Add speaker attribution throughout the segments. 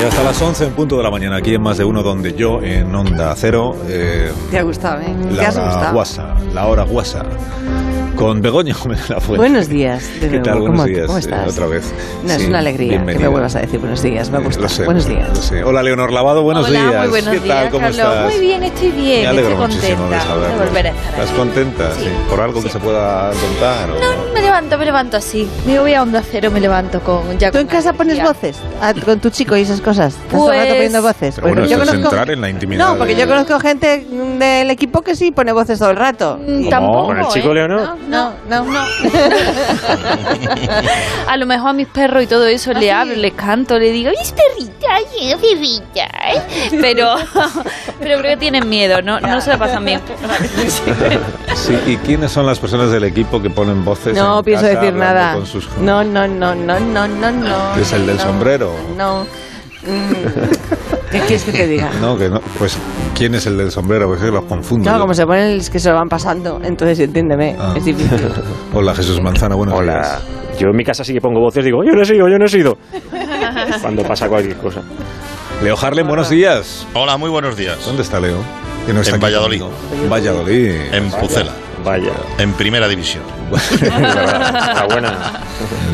Speaker 1: Y hasta las 11 en punto de la mañana, aquí en Más de Uno, donde yo, en Onda Cero... Eh,
Speaker 2: Te ha gustado, ¿eh?
Speaker 1: La
Speaker 2: Te has
Speaker 1: hora
Speaker 2: gustado.
Speaker 1: guasa, la hora guasa. Con Begoña Gómez de la Fuente.
Speaker 2: Buenos días, de
Speaker 1: ¿Qué
Speaker 2: nuevo.
Speaker 1: tal?
Speaker 2: ¿Cómo,
Speaker 1: Buenos días.
Speaker 2: cómo
Speaker 1: eh,
Speaker 2: estás?
Speaker 1: otra vez.
Speaker 2: No,
Speaker 1: Sí,
Speaker 2: es una alegría que
Speaker 1: bienvenida.
Speaker 2: me vuelvas a decir buenos días. Me
Speaker 1: Eh,
Speaker 2: gusta.
Speaker 1: lo sé,
Speaker 2: buenos
Speaker 1: lo
Speaker 2: días.
Speaker 1: sé. Hola, Leonor Lavado, buenos
Speaker 3: Hola,
Speaker 1: días.
Speaker 3: muy buenos
Speaker 1: ¿Qué
Speaker 3: días,
Speaker 1: tal? ¿Cómo
Speaker 3: Carlos.
Speaker 1: estás?
Speaker 3: Muy bien, estoy bien,
Speaker 1: Me alegro
Speaker 3: estoy
Speaker 1: muchísimo de
Speaker 3: contenta
Speaker 1: saberlo.
Speaker 3: de volver a estar
Speaker 1: ¿Estás
Speaker 3: aquí.
Speaker 1: contenta?
Speaker 3: Sí.
Speaker 1: ¿Por algo que
Speaker 3: Sí.
Speaker 1: se pueda contar? o no?
Speaker 3: Me levanto, me levanto así. Me voy a onda cero, me levanto con ya
Speaker 2: ¿Tú en
Speaker 3: con
Speaker 2: casa pones
Speaker 3: energía.
Speaker 2: voces Ah, con tu chico y esas cosas? ¿Estás todo el rato
Speaker 3: Pues-
Speaker 2: poniendo voces?
Speaker 1: Pero bueno, esto es entrar en la intimidad
Speaker 2: No, porque
Speaker 1: de-
Speaker 2: yo conozco gente del equipo que sí pone voces todo el rato.
Speaker 3: Mm,
Speaker 1: ¿Cómo?
Speaker 3: Tampoco.
Speaker 4: ¿Con el chico
Speaker 3: ¿eh?
Speaker 4: Leonor?
Speaker 3: No, no, no. a lo mejor a mis perros y todo eso le
Speaker 5: Ah,
Speaker 3: hablo, le canto, le digo, es perrita, es perrita. ¿eh?". Pero, pero creo que tienen miedo, no, no se la pasan bien.
Speaker 1: Sí, ¿y quiénes son las personas del equipo que ponen voces?
Speaker 2: No
Speaker 1: en
Speaker 2: pienso
Speaker 1: casa
Speaker 2: decir
Speaker 1: hablando
Speaker 2: nada.
Speaker 1: Con sus...
Speaker 2: No, no, no, no, no, no, no.
Speaker 1: ¿Es el del
Speaker 2: no,
Speaker 1: sombrero?
Speaker 2: No. Mm. ¿Qué quieres que te diga?
Speaker 1: No, que no. Pues, ¿quién es el del sombrero? Porque los confundo.
Speaker 2: No,
Speaker 1: yo.
Speaker 2: como se ponen los que se lo van pasando, entonces entiéndeme,
Speaker 1: Ah.
Speaker 2: es difícil.
Speaker 1: Hola, Jesús Manzano, buenos
Speaker 4: Hola.
Speaker 1: días.
Speaker 4: Yo en mi casa sí que pongo voces, digo, yo no he sido, yo no he sido. Cuando pasa cualquier cosa.
Speaker 1: Leo Harlem, buenos días.
Speaker 6: Hola, muy buenos días.
Speaker 1: ¿Dónde está Leo? Que no
Speaker 6: En
Speaker 1: aquí
Speaker 6: Valladolid.
Speaker 1: conmigo. Valladolid.
Speaker 6: En Pucela,
Speaker 4: Vaya.
Speaker 6: en primera división.
Speaker 4: Está buena.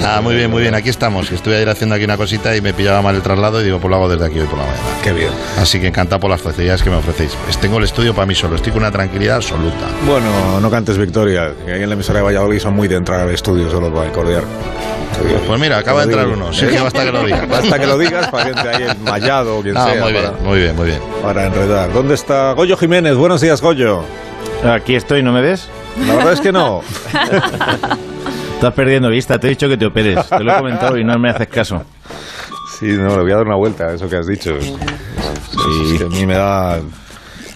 Speaker 6: Ah, muy bien, muy bien, aquí estamos. que Estuve ayer haciendo aquí una cosita y me pillaba mal el traslado y digo, pues lo hago desde aquí hoy por la mañana.
Speaker 1: Qué bien.
Speaker 6: Así que encantado por las facilidades que me ofrecéis. Pues Tengo el estudio para mí solo, estoy con una tranquilidad absoluta.
Speaker 1: Bueno, no cantes victoria. que Ahí en la emisora de Valladolid son muy de entrar al estudio solo para incordiar.
Speaker 6: Pues mira, acaba de entrar uno, sí, ya basta que lo diga.
Speaker 1: Hasta que lo digas para que entre ahí el mallado o quien
Speaker 6: Ah,
Speaker 1: sea
Speaker 6: muy
Speaker 1: para,
Speaker 6: bien, muy bien, muy bien.
Speaker 1: para enredar. ¿Dónde está Goyo Jiménez? Buenos días, Goyo.
Speaker 7: Aquí estoy, ¿no me ves?
Speaker 1: La verdad es que no.
Speaker 7: Estás perdiendo vista, te he dicho que te operes. Te lo he comentado y no me haces caso.
Speaker 1: Sí, no, le voy a dar una vuelta a eso que has dicho. Sí. Es que a mí me da...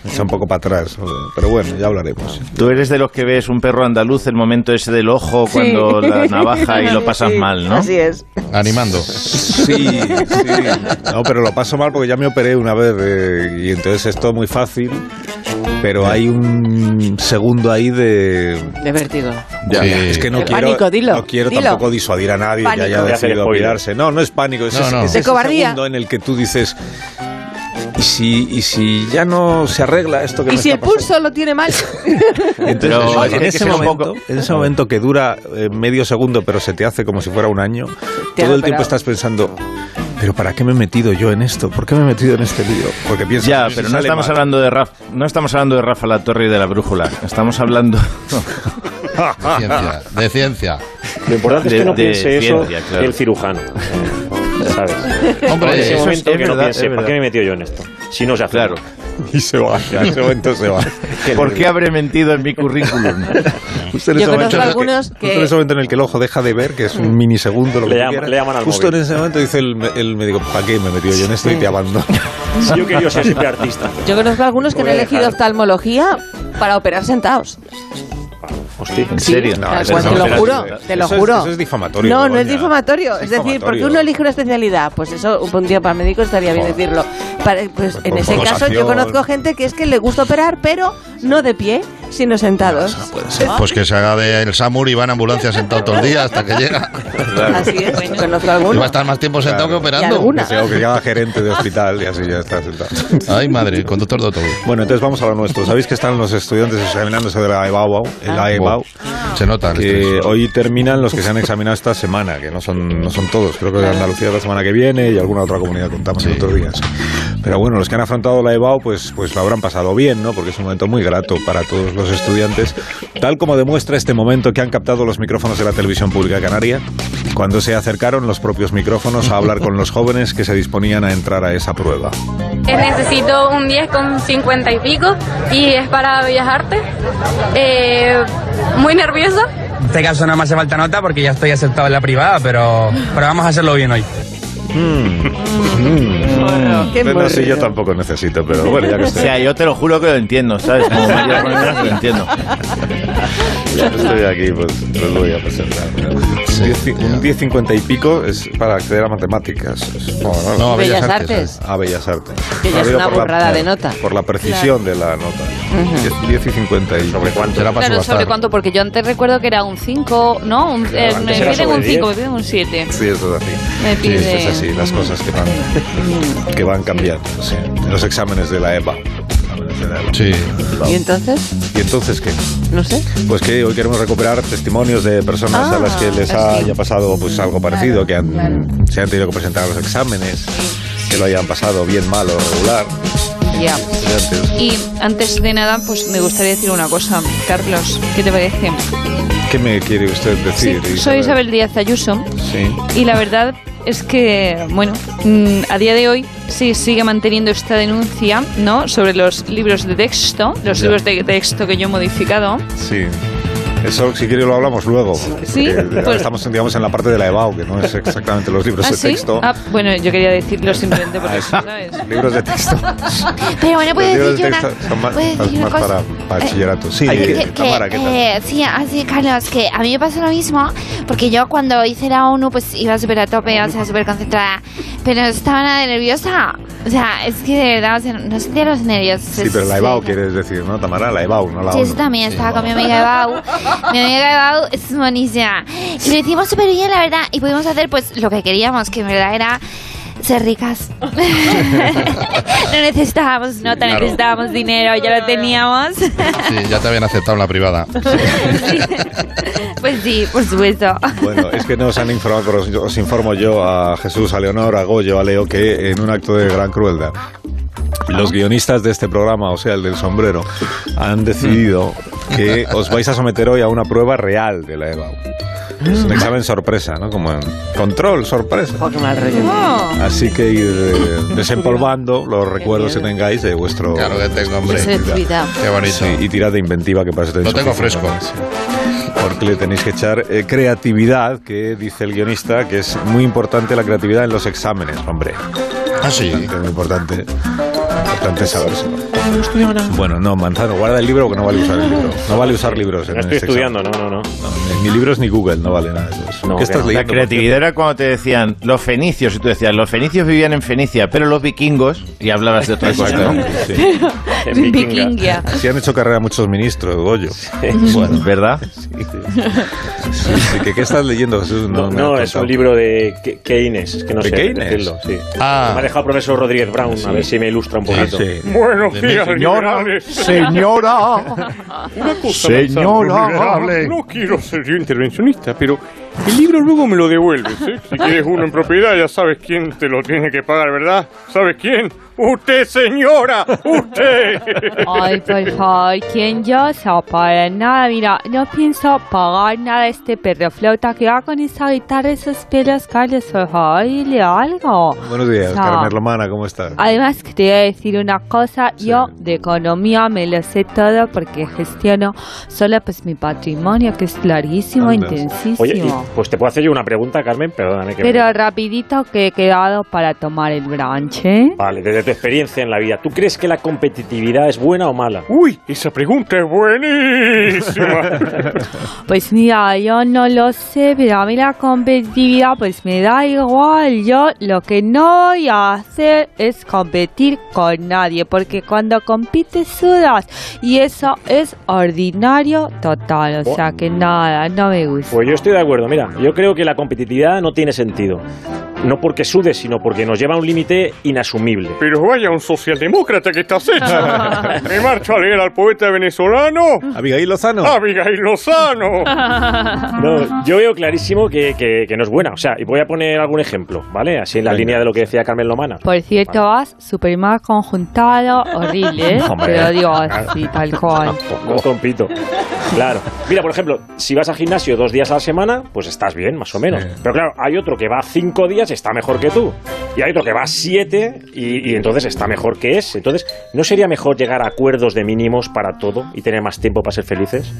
Speaker 1: me echa un poco para atrás. Pero bueno, ya hablaremos.
Speaker 7: Tú eres de los que ves un perro andaluz el momento ese del ojo cuando la navaja y lo pasas mal, ¿no?
Speaker 2: Así es.
Speaker 6: Animando.
Speaker 1: Sí, sí. No, pero lo paso mal porque ya me operé una vez eh, y entonces es todo muy fácil, pero hay un segundo ahí de...
Speaker 2: De vértigo.
Speaker 6: Sí.
Speaker 1: Es que no
Speaker 2: De
Speaker 1: quiero,
Speaker 2: pánico, dilo,
Speaker 1: no quiero
Speaker 2: dilo.
Speaker 1: tampoco disuadir a nadie
Speaker 2: Pánico.
Speaker 1: que haya
Speaker 4: Voy a hacer
Speaker 1: decidido
Speaker 4: spoiler.
Speaker 1: operarse. No, no es pánico, es,
Speaker 6: No,
Speaker 1: ese-
Speaker 6: no.
Speaker 1: es
Speaker 2: De
Speaker 1: ese
Speaker 2: cobardía.
Speaker 1: segundo en el que tú dices... ¿Y si, y si ya no se arregla esto que
Speaker 2: Y
Speaker 1: me
Speaker 2: si el
Speaker 1: está pasando?".
Speaker 2: pulso lo tiene mal.
Speaker 1: Entonces,
Speaker 7: Pero
Speaker 1: en-
Speaker 7: hay
Speaker 1: en,
Speaker 7: que
Speaker 1: ese
Speaker 7: ser un
Speaker 1: momento,
Speaker 7: poco-
Speaker 1: en ese momento que dura eh, medio segundo, pero se te hace como si fuera un año,
Speaker 2: Te han
Speaker 1: todo el
Speaker 2: operado.
Speaker 1: tiempo estás pensando, ¿pero para qué me he metido yo en esto? ¿Por qué me he metido en este lío? Porque piensas,
Speaker 7: Ya,
Speaker 1: si
Speaker 7: pero no
Speaker 1: sale
Speaker 7: estamos
Speaker 1: mal.
Speaker 7: hablando de Rafa, no estamos hablando de Rafa la Torre y de la Brújula. Estamos hablando
Speaker 6: De ciencia, de ciencia.
Speaker 4: Lo importante es
Speaker 7: De-
Speaker 4: que no
Speaker 7: de
Speaker 4: piense eso
Speaker 7: ciencia, claro.
Speaker 4: el cirujano. ¿Sabes?
Speaker 6: Hombre,
Speaker 4: en ese
Speaker 6: eso es-
Speaker 4: momento
Speaker 7: es
Speaker 4: que no
Speaker 7: verdad,
Speaker 4: piense,
Speaker 7: es
Speaker 4: ¿para
Speaker 7: verdad.
Speaker 4: qué me he metido yo en esto? Si no se hace.
Speaker 7: Claro.
Speaker 1: Y se va, en ese momento se va.
Speaker 7: ¿Por qué habré mentido en mi currículum?
Speaker 1: Justo en
Speaker 2: Yo conozco
Speaker 1: ese momento en el
Speaker 2: algunos
Speaker 1: justo
Speaker 4: Eh.
Speaker 2: que-
Speaker 1: en ese momento en el que el ojo deja de ver, que es
Speaker 4: Mm.
Speaker 1: un minisegundo, lo
Speaker 4: Le
Speaker 1: que
Speaker 4: llama-
Speaker 1: quiera,
Speaker 4: le llaman al
Speaker 1: Justo
Speaker 4: móvil.
Speaker 1: en ese momento dice el, el médico, ¿para qué me he metido yo en esto? Y te abandona.
Speaker 4: Si yo quería ser siempre artista.
Speaker 2: Yo conozco algunos que han
Speaker 4: Voy a
Speaker 2: elegido
Speaker 4: dejar.
Speaker 2: oftalmología para operar sentados.
Speaker 4: Hostia.
Speaker 7: ¿En serio? Ah, pues
Speaker 2: tal
Speaker 1: eso
Speaker 2: cual, te
Speaker 1: no
Speaker 2: lo
Speaker 1: es-
Speaker 2: juro,
Speaker 1: eso es-
Speaker 2: te lo
Speaker 1: eso es-
Speaker 2: juro.
Speaker 1: eso es difamatorio,
Speaker 2: No, no
Speaker 1: Begoña.
Speaker 2: es difamatorio.
Speaker 1: Es
Speaker 2: Es decir,
Speaker 1: difamatorio.
Speaker 2: porque uno elige una especialidad, pues eso un día para médico estaría bien
Speaker 1: Joder.
Speaker 2: decirlo. Para- pues
Speaker 1: Por-
Speaker 2: en
Speaker 1: por
Speaker 2: ese caso yo
Speaker 1: conversación.
Speaker 2: conozco gente que es que le gusta operar, pero no de pie, sino sentados.
Speaker 6: Pues que se haga del Samur y va en ambulancia sentado todo el día hasta que llega.
Speaker 2: Así es, conozco
Speaker 6: Y va a
Speaker 2: algunos.
Speaker 6: estar más tiempo sentado que
Speaker 1: Claro.
Speaker 2: Y
Speaker 6: operando.
Speaker 2: alguna.
Speaker 1: Que sea- o que llega gerente de hospital y así ya está sentado.
Speaker 6: Ay, madre, el conductor de autobús.
Speaker 1: Bueno, entonces vamos a lo nuestro. Sabéis que están los estudiantes examinándose de la EBAU, el
Speaker 6: Ah.
Speaker 1: AEBAU,
Speaker 6: Se nota. el
Speaker 1: Ah. que
Speaker 6: estrés.
Speaker 1: hoy terminan los que se han examinado esta semana, que no son, no son todos. Creo que de Andalucía es la semana que viene y alguna otra comunidad contamos en
Speaker 6: Sí.
Speaker 1: otros días. Pero bueno, los que han afrontado la EBAU, pues, pues lo habrán pasado bien, ¿no? Porque es un momento muy grato para todos los estudiantes, tal como demuestra este momento que han captado los micrófonos de la televisión pública canaria, cuando se acercaron los propios micrófonos a hablar con los jóvenes que se disponían a entrar a esa prueba.
Speaker 5: Eh, Necesito un 10 con 50 y pico y es para Bellas Artes. Eh, muy nerviosa.
Speaker 8: En este caso no me hace falta nota porque ya estoy aceptado en la privada, pero, pero vamos a hacerlo bien hoy.
Speaker 9: Mm.
Speaker 10: Qué
Speaker 1: no, sí, yo
Speaker 10: morro.
Speaker 1: tampoco necesito, pero bueno, ya que
Speaker 7: O
Speaker 1: estoy,
Speaker 7: sea, yo te lo juro que lo entiendo, ¿sabes? Como María Hernández, lo entiendo.
Speaker 1: ya que estoy aquí, pues los voy a presentar.
Speaker 6: Sí,
Speaker 1: Diez-
Speaker 6: ya.
Speaker 1: un 10.50 y pico es para acceder a matemáticas. Es- no, no,
Speaker 6: No, a
Speaker 2: Bellas
Speaker 6: Bellas Artes.
Speaker 2: Artes.
Speaker 1: A Bellas Artes.
Speaker 2: Que ya
Speaker 1: Ha
Speaker 2: es
Speaker 1: habido
Speaker 2: una
Speaker 1: por la-
Speaker 2: burrada de nota.
Speaker 1: Por la precisión de la nota. 10, y 50 y ¿Sobre cuánto?
Speaker 6: Será para
Speaker 3: Claro, ¿sobre
Speaker 6: subastar.
Speaker 3: cuánto? Porque yo antes recuerdo que era un 5, ¿no? Un- eh, me
Speaker 11: antes era
Speaker 3: piden
Speaker 11: sobre
Speaker 3: un 5, me
Speaker 11: 10.
Speaker 3: piden un 7.
Speaker 1: Sí, eso es así.
Speaker 3: Me
Speaker 1: Sí, eso es
Speaker 3: pide-
Speaker 1: así, las cosas que van,
Speaker 2: Mm.
Speaker 1: que van cambiando. sí. Los exámenes de la E EPA. Exámenes de la EPA.
Speaker 6: Sí.
Speaker 2: ¿Y entonces?
Speaker 1: ¿Y entonces qué?
Speaker 2: No sé.
Speaker 1: Pues que hoy queremos recuperar testimonios de personas a
Speaker 3: Ah,
Speaker 1: las que les haya pasado pues algo parecido, que han, se han tenido que presentar a los exámenes, que lo hayan pasado bien, mal o regular.
Speaker 3: Ya.
Speaker 1: Estudiantes.
Speaker 3: Y antes de nada, pues me gustaría decir una cosa, Carlos, ¿qué te parece?
Speaker 1: ¿Qué me quiere usted decir?
Speaker 3: soy Isabel Díaz Ayuso
Speaker 1: Sí.
Speaker 3: y la verdad es que, bueno, mm, a día de hoy sí sigue manteniendo esta denuncia, ¿no? Sobre los libros de texto, los
Speaker 1: Ya.
Speaker 3: libros de texto que yo he modificado.
Speaker 1: Sí. Eso, si quiere, lo hablamos luego.
Speaker 3: Sí,
Speaker 1: porque
Speaker 3: pues-
Speaker 1: ahora estamos, digamos, en la parte de la EBAU, que no es exactamente los libros
Speaker 3: ¿Ah,
Speaker 1: de
Speaker 3: sí?
Speaker 1: texto.
Speaker 3: Ah, bueno, yo quería decirlo simplemente por
Speaker 1: Ah,
Speaker 3: eso, ¿sabes?
Speaker 1: es- libros de texto.
Speaker 12: Pero bueno,
Speaker 1: Los
Speaker 12: puedo
Speaker 1: libros de
Speaker 12: decir yo una,
Speaker 1: texto son más,
Speaker 12: puedo
Speaker 1: más-
Speaker 12: decir una
Speaker 1: más
Speaker 12: cosa.
Speaker 1: para bachillerato. Sí,
Speaker 7: Ay,
Speaker 1: eh,
Speaker 7: que-
Speaker 1: Tamara, ¿qué tal?
Speaker 12: eh, sí, así, Carlos, que a mí me pasó lo mismo, porque yo cuando hice la ONU, pues iba súper a tope, o sea, súper concentrada, pero estaba nada nerviosa. O sea, es que de verdad, o sea, no sentía los nervios.
Speaker 1: Sí, pero la EBAU
Speaker 12: Sí.
Speaker 1: quieres decir, ¿no, Tamara? La EBAU, no la
Speaker 12: Sí,
Speaker 1: ONU.
Speaker 12: eso también estaba con mi amiga Ebau. Mi amiga Ebau es buenísima. Y lo hicimos súper bien, la verdad. Y pudimos hacer pues lo que queríamos, que en verdad era ser ricas. no necesitábamos nota,
Speaker 6: claro.
Speaker 12: necesitábamos dinero, ya lo teníamos.
Speaker 6: Sí, ya te habían aceptado en la privada.
Speaker 12: pues sí, por supuesto.
Speaker 1: Bueno, es que no os han informado, pero os, yo- os informo yo a Jesús, a Leonor, a Goyo, a Leo, que en un acto de gran crueldad. Los guionistas de este programa, o sea, el del sombrero, han decidido que os vais a someter hoy a una prueba real de la EBAU. Es un examen sorpresa, ¿no? Como en control, sorpresa.
Speaker 2: Joder, qué mal rollo.
Speaker 1: Así que ir eh, desempolvando los recuerdos que
Speaker 2: miedo.
Speaker 1: tengáis de vuestro...
Speaker 6: Claro que tengo, hombre.
Speaker 2: Eso es vida.
Speaker 6: Qué bonito.
Speaker 1: Sí, y tirad de inventiva que parece que
Speaker 6: Lo
Speaker 1: tenéis
Speaker 6: tengo
Speaker 1: oficio,
Speaker 6: fresco.
Speaker 1: ¿no? Porque le tenéis que echar eh, creatividad, que dice el guionista, que es muy importante la creatividad en los exámenes, hombre.
Speaker 6: Ah, sí.
Speaker 1: Es muy importante. Importante sabérselo. Bueno, no, Manzano, guarda el libro porque no vale usar el libro. No vale usar libros. en
Speaker 11: No estoy
Speaker 1: este
Speaker 11: estudiando, no, no, no.
Speaker 1: examen. No, ni libros ni Google, no vale nada de eso.
Speaker 11: No,
Speaker 1: ¿Qué
Speaker 11: que
Speaker 1: estás
Speaker 11: no.
Speaker 7: La
Speaker 1: leyendo?
Speaker 7: creatividad era cuando te decían los fenicios, y tú decías, los fenicios vivían en Fenicia, pero los vikingos, y hablabas de otra cosa, ¿no?
Speaker 1: Exactamente, sí.
Speaker 11: En Vikinga.
Speaker 3: Vikingia.
Speaker 1: Sí han hecho carrera muchos ministros, Goyo.
Speaker 7: Bueno, ¿verdad?
Speaker 1: Sí, sí, que- ¿Qué estás leyendo, Jesús?
Speaker 11: No,
Speaker 1: me has
Speaker 11: no, es
Speaker 1: contado.
Speaker 11: un libro de Ke- Keynes, es que no
Speaker 1: ¿De
Speaker 11: sé
Speaker 1: Keynes?
Speaker 11: decirlo. Sí.
Speaker 6: Ah.
Speaker 11: Me ha dejado el profesor Rodríguez Brown, a ver si me ilustra un poquito.
Speaker 1: Sí.
Speaker 11: Buenos
Speaker 6: De días,
Speaker 7: señora.
Speaker 11: Una cosa,
Speaker 7: Señora.
Speaker 11: Manzano,
Speaker 6: Vulnerable.
Speaker 11: Ah, No quiero ser yo intervencionista, pero el libro luego me lo devuelves, ¿eh? Si quieres uno en propiedad, ya sabes quién te lo tiene que pagar, ¿verdad? ¿Sabes quién? ¡Usted, señora! ¡Usted!
Speaker 5: Ay, por favor, ¿quién yo? So, para nada, mira, no pienso pagar nada a este perro flauta que va con esa guitarra y esos pelos, Carlos, por favor, dile algo.
Speaker 1: Buenos días,
Speaker 5: No.
Speaker 1: Carmen Romana, ¿cómo estás?
Speaker 5: Además, quería decir una cosa,
Speaker 1: Sí.
Speaker 5: yo de economía me lo sé todo porque gestiono solo pues mi patrimonio, que es larguísimo,
Speaker 1: Anda.
Speaker 5: intensísimo.
Speaker 11: Oye, y, pues te puedo hacer yo una pregunta, Carmen, perdóname que... me-
Speaker 5: Pero rapidito que he quedado para tomar el brunch, ¿eh?
Speaker 11: Vale, desde tu experiencia en la vida, ¿tú crees que la competitividad es buena o mala? ¡Uy! Esa pregunta es buenísima.
Speaker 5: Pues mira, yo no lo sé, pero a mí la competitividad pues me da igual. Yo lo que no voy a hacer es competir con nadie, porque cuando compites sudas y eso es ordinario total. O sea que nada, no me gusta.
Speaker 11: Pues yo estoy de acuerdo, mira, yo creo que la competitividad no tiene sentido. No porque sudes, sino porque nos lleva a un límite inasumible.
Speaker 13: Pero vaya un socialdemócrata que estás hecho. Me marcho a leer al poeta venezolano
Speaker 1: Abigail Lozano.
Speaker 13: Abigail Lozano.
Speaker 5: pues.
Speaker 11: No, yo veo clarísimo que, que- que no es buena. O sea, y voy a poner algún ejemplo, ¿vale? Así en la
Speaker 1: Venga.
Speaker 11: línea de lo que decía Carmen Lomana.
Speaker 5: Por cierto, vas super mal conjuntado, horrible, ¿eh?
Speaker 7: hombre.
Speaker 5: pero digo así, tal cual.
Speaker 11: No Ah, pues, compito. Claro. Mira, por ejemplo, si vas al gimnasio dos días a la semana, pues estás bien, más o menos.
Speaker 1: Sí.
Speaker 11: Pero claro, hay otro que va cinco días está mejor que tú. Y hay otro que va a 7 y, y entonces está mejor que es. Entonces, ¿no sería mejor llegar a acuerdos de mínimos para todo y tener más tiempo para ser felices?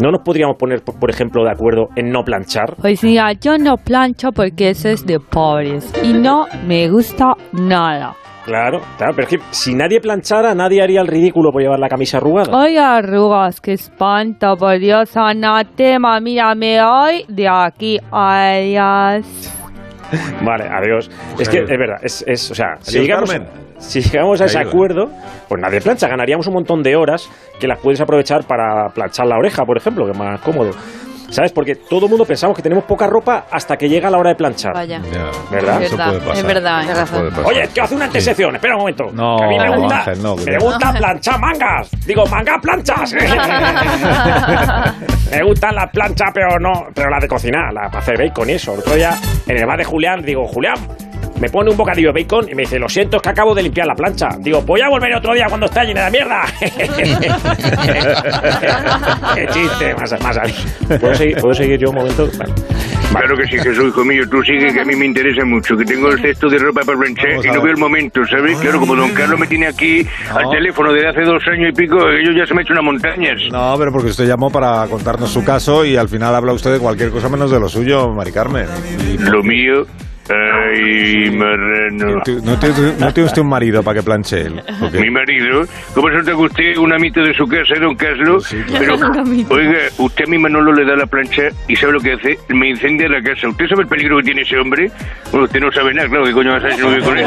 Speaker 11: ¿No nos podríamos poner, por por ejemplo, de acuerdo en no planchar?
Speaker 5: Pues mira, yo no plancho porque eso es de pobres y no me gusta nada.
Speaker 11: Claro, claro, pero es que si nadie planchara, nadie haría el ridículo por llevar la camisa arrugada.
Speaker 5: Ay, arrugas, qué espanto, por Dios, anatema, mírame hoy de aquí. Adiós.
Speaker 11: Vale, adiós. Es que es verdad, es, es- o sea,
Speaker 1: Pues
Speaker 11: si
Speaker 1: Adiós,
Speaker 11: llegamos,
Speaker 1: Carmen.
Speaker 11: si llegamos a ese
Speaker 1: Ayuda.
Speaker 11: acuerdo, pues nadie plancha, ganaríamos un montón de horas que las puedes aprovechar para planchar la oreja, por ejemplo, que es más cómodo. ¿Sabes? Porque todo el mundo pensamos que tenemos poca ropa hasta que llega la hora de planchar.
Speaker 3: Vaya.
Speaker 11: ¿Verdad?
Speaker 3: Es verdad, es verdad. ¿eh?
Speaker 11: Oye, que hace una antisección, espera un momento.
Speaker 1: No,
Speaker 11: que a mí me gusta,
Speaker 1: Ángel, no,
Speaker 11: me
Speaker 1: cuidado.
Speaker 11: gusta planchar mangas. Digo, mangas planchas. me gustan las planchas, pero no, pero las de cocinar, las para hacer bacon y eso. El otro día, en el bar de Julián, digo, Julián, me pone un bocadillo de bacon y me dice, lo siento, es que acabo de limpiar la plancha. Digo, voy a volver otro día cuando está llena de mierda. Qué chiste, más, más ahí. ¿Puedo seguir, ¿Puedo seguir yo un momento? Vale.
Speaker 14: Claro que sí, Jesús, hijo mío. Tú sigue, que a mí me interesa mucho. Que tengo el cesto de ropa para planchar y no veo el momento, ¿sabes? Claro, como
Speaker 1: Ah.
Speaker 14: don Carlos me tiene aquí al teléfono desde hace dos años y pico, yo ya se me ha hecho una montaña.
Speaker 1: No, pero porque usted llamó para contarnos su caso y al final habla usted de cualquier cosa menos de lo suyo, Mari Carmen.
Speaker 14: Lo mío... Ay, marrano.
Speaker 1: Tú- No tiene, no tiene usted un marido para que planche él. porque-
Speaker 14: Mi marido, como suerte que usted un amito de su casa, don Carlos, pero,
Speaker 1: Un amito.
Speaker 14: oiga, usted a mi Manolo le da la plancha y sabe lo que hace, me incendia la casa. ¿Usted sabe el peligro que tiene ese hombre? Bueno, usted no sabe nada, claro, ¿qué coño vas a hacer si no vive con él?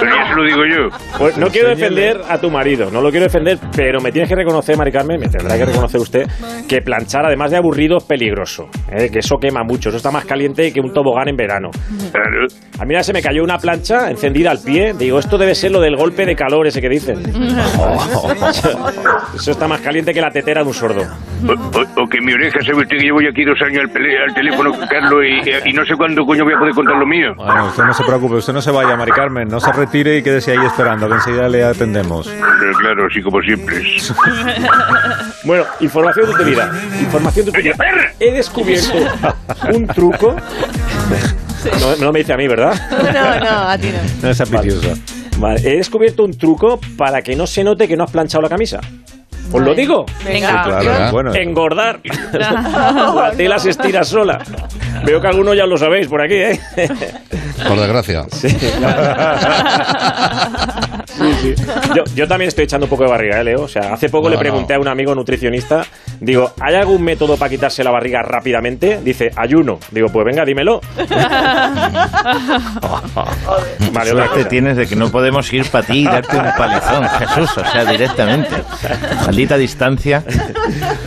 Speaker 14: Pero ya se lo digo yo.
Speaker 11: Pues no quiero defender a tu marido, no lo quiero defender, pero me tienes que reconocer, Mari Carmen, me tendrá que reconocer usted, que planchar, además de aburrido, es peligroso. ¿eh? Que eso quema mucho, eso está más caliente que un tobogán en verano. A mí una vez se me cayó una plancha encendida al pie, digo, esto debe ser lo del golpe de calor ese que dicen. Eso está más caliente que la tetera de un sordo.
Speaker 14: O, o- o que mi oreja, sabe usted que llevo ya aquí dos años al, pele- al teléfono con Carlos y, y no sé cuándo coño voy a poder contar lo mío.
Speaker 1: Bueno, usted no se preocupe, usted no se vaya, Mari Carmen, no se retire y quédese ahí esperando, que enseguida le atendemos.
Speaker 14: Pero claro, sí, como siempre.
Speaker 11: Bueno, información de utilidad. Información de utilidad. He descubierto un truco. No, no me dice a mí, ¿verdad?
Speaker 2: No, no, a ti no.
Speaker 1: No es apetitoso.
Speaker 11: Vale, he descubierto un truco para que no se note que no has planchado la camisa. ¿Os lo digo?
Speaker 2: Venga. Sí, claro, Venga. bueno.
Speaker 11: Engordar. la tela se estira sola. Veo que algunos ya lo sabéis por aquí, ¿eh?
Speaker 6: Por desgracia.
Speaker 11: Sí, sí. Yo, yo también estoy echando un poco de barriga, ¿eh, Leo? O sea, hace poco
Speaker 6: No,
Speaker 11: le pregunté a un amigo nutricionista, digo, ¿hay algún método para quitarse la barriga rápidamente? Dice, ayuno. Digo, pues venga, dímelo.
Speaker 7: Vale, Suerte tienes de que no podemos ir para ti y darte un palizón, Jesús, o sea, directamente. Maldita distancia.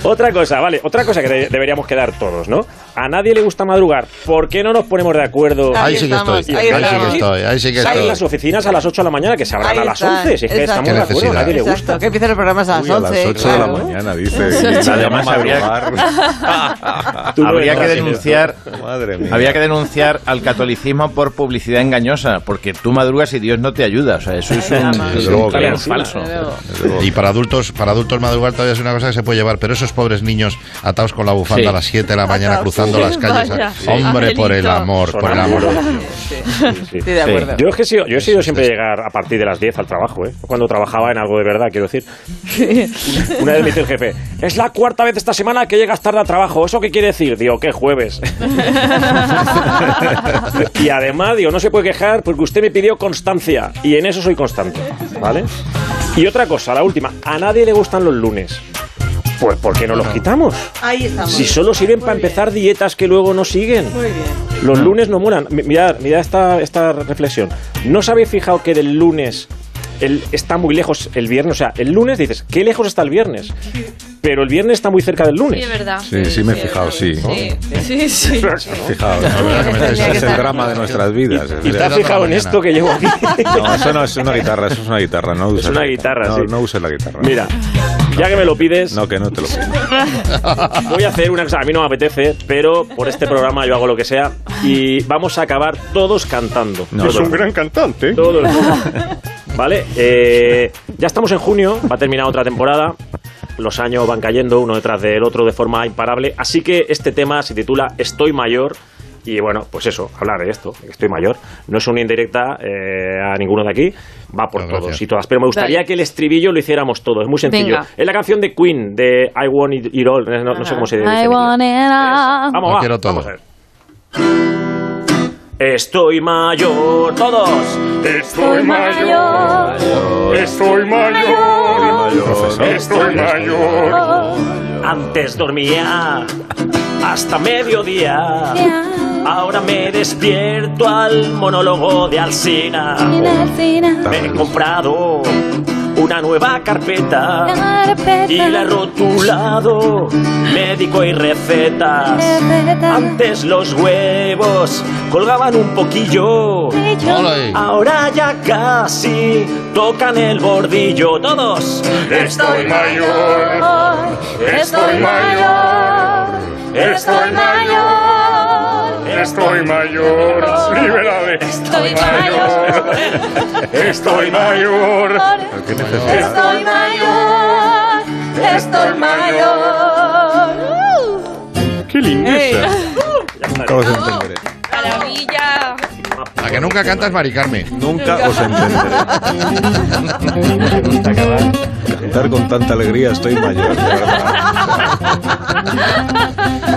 Speaker 11: Otra cosa, vale, otra cosa que de- deberíamos quedar todos, ¿no? A nadie le gusta madrugar. ¿Por qué no nos ponemos de acuerdo?
Speaker 6: Ahí Ahí sí que estamos, estoy, ahí ahí sí que estamos. estoy, ahí sí que
Speaker 11: Salen
Speaker 6: estoy.
Speaker 11: las oficinas a las 8 de la mañana que se abran
Speaker 2: Ahí
Speaker 11: a las
Speaker 2: está,
Speaker 11: 11. Si es
Speaker 2: exacto.
Speaker 11: que estamos de acuerdo, a nadie le gusta.
Speaker 2: Exacto, que empiecen los programas a las
Speaker 1: Uy, a las
Speaker 2: 11.
Speaker 1: 8 de la
Speaker 2: claro.
Speaker 1: mañana, dice.
Speaker 2: Sí.
Speaker 7: Además, habría- habría que denunciar
Speaker 1: Madre mía.
Speaker 7: habría que denunciar al catolicismo por publicidad engañosa porque tú madrugas y Dios no te ayuda o sea eso es un, es
Speaker 6: Desde
Speaker 7: un
Speaker 6: luego que
Speaker 7: claro
Speaker 6: no.
Speaker 7: falso
Speaker 6: Y para adultos, para adultos madrugar todavía es una cosa que se puede llevar, pero esos pobres niños atados con la bufanda
Speaker 7: Sí.
Speaker 6: a las 7 de la mañana
Speaker 7: Atados.
Speaker 6: cruzando las calles.
Speaker 7: Vaya.
Speaker 6: Sí. Hombre, por el amor, por el amor.
Speaker 2: Estoy de acuerdo.
Speaker 11: Yo, es que he sido, yo he sido siempre llegar a partir de las 10 al trabajo, ¿eh? Cuando trabajaba en algo de verdad, quiero decir. Una vez me dice el jefe, es la cuarta vez esta semana que llegas tarde al trabajo. ¿Eso qué quiere decir? Digo, que es jueves. y además, digo, no se puede quejar porque usted me pidió constancia. Y en eso soy constante, ¿vale? Y otra cosa, la última. A nadie le gustan los lunes. Pues, ¿por qué no los quitamos?
Speaker 2: Ahí estamos.
Speaker 11: Si solo sirven para empezar dietas que luego no siguen.
Speaker 1: Ah.
Speaker 11: Los lunes no molan. Mi- Mirad, mirad esta, esta reflexión. ¿No os habéis fijado que del lunes el- está muy lejos el viernes? O sea, el lunes dices, ¿qué lejos está el viernes? Pero el viernes está muy cerca del
Speaker 3: Sí,
Speaker 11: lunes.
Speaker 3: es verdad.
Speaker 1: Sí, sí, me he fijado, sí.
Speaker 13: Oh.
Speaker 3: Sí, sí.
Speaker 1: Fijaos, ese es el drama de nuestras vidas.
Speaker 11: ¿Y te has fijado en esto que llevo aquí?
Speaker 1: No, eso no es una guitarra, eso es una guitarra, no uses
Speaker 11: una
Speaker 1: la
Speaker 11: guitarra,
Speaker 1: No,
Speaker 11: sí.
Speaker 1: no uses la guitarra.
Speaker 11: Mira, ya que me lo pides...
Speaker 1: No, que no te lo pido.
Speaker 11: Voy a hacer una cosa, a mí no me apetece, pero por este programa yo hago lo que sea y vamos a acabar todos cantando.
Speaker 1: No, Es no. un
Speaker 11: gran cantante. Todos. Vale, eh, ya estamos en junio, va a terminar otra temporada. Los años van cayendo uno detrás del otro de forma imparable, así que este tema se titula Estoy mayor Y bueno, pues eso, hablar de esto, que estoy mayor. No es una indirecta eh, a ninguno de aquí, va por todos y todas. Pero me gustaría
Speaker 13: Dale.
Speaker 11: que el estribillo lo hiciéramos todos, es muy sencillo.
Speaker 13: Venga.
Speaker 11: Es la canción de Queen, de I Want It, It All, no, no sé cómo se dice. en
Speaker 13: I
Speaker 11: inglés.
Speaker 13: want it all.
Speaker 11: Vamos, va, vamos a ver. Estoy mayor, todos.
Speaker 15: Estoy mayor, estoy mayor, estoy mayor.
Speaker 11: Antes dormía hasta mediodía. Ahora me despierto al monólogo de Alcina. Me he comprado una nueva carpeta y la he rotulado médico y recetas. Antes los huevos colgaban un poquillo.
Speaker 13: Ole.
Speaker 11: Ahora ya casi tocan el bordillo. Todos.
Speaker 13: Estoy mayor, estoy mayor, estoy mayor,
Speaker 15: Estoy mayor, libérame.
Speaker 13: Estoy mayor.
Speaker 15: Estoy mayor.
Speaker 13: estoy mayor, estoy mayor.
Speaker 15: ¡Qué lindeza!
Speaker 1: Nunca os entenderé.
Speaker 3: Maravilla.
Speaker 6: A que nunca cantas Mari Carmen.
Speaker 1: Nunca os entenderé. Cantar con tanta alegría estoy mayor. de verdad.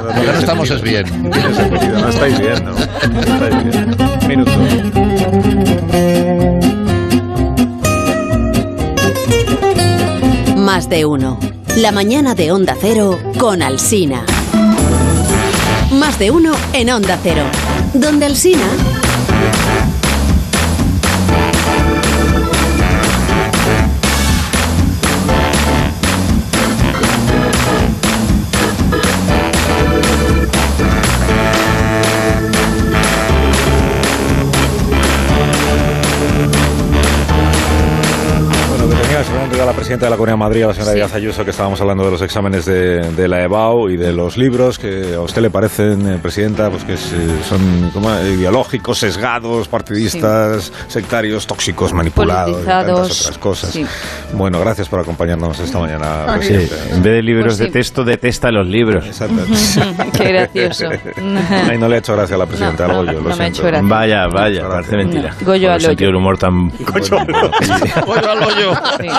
Speaker 6: Lo que no estamos es bien.
Speaker 1: Tiene sentido, no estáis bien, ¿no? No estáis bien. Minuto.
Speaker 16: Más de uno. La mañana de Onda Cero con Alsina. Más de uno en Onda Cero. Donde Alsina.
Speaker 1: Bueno, que tenía Isabel Rivera, la presidenta de la Comunidad de Madrid, la señora Díaz Ayuso, que estábamos hablando de los exámenes de, de la EBAU y de los libros que a usted le parecen, eh, presidenta, pues que es, eh, son ¿cómo? Eh, ideológicos, sesgados, partidistas, sectarios, tóxicos, manipulados, y tantas
Speaker 3: Politizados,
Speaker 1: otras cosas.
Speaker 3: sí.
Speaker 1: Bueno, gracias por acompañarnos esta mañana,
Speaker 3: Adiós.
Speaker 7: Sí,
Speaker 1: presidenta.
Speaker 7: en vez de libros
Speaker 3: Pues sí.
Speaker 7: de texto, detesta los libros.
Speaker 3: Qué gracioso.
Speaker 1: Ay, no le ha hecho gracia a la presidenta, algo yo, lo
Speaker 3: no me ha
Speaker 1: siento.
Speaker 3: hecho gracia.
Speaker 7: Vaya, vaya, parece mentira.
Speaker 3: No. Goyo
Speaker 7: Con
Speaker 3: al
Speaker 7: el sentido
Speaker 3: hoyo.
Speaker 7: del humor tan...
Speaker 3: Mm.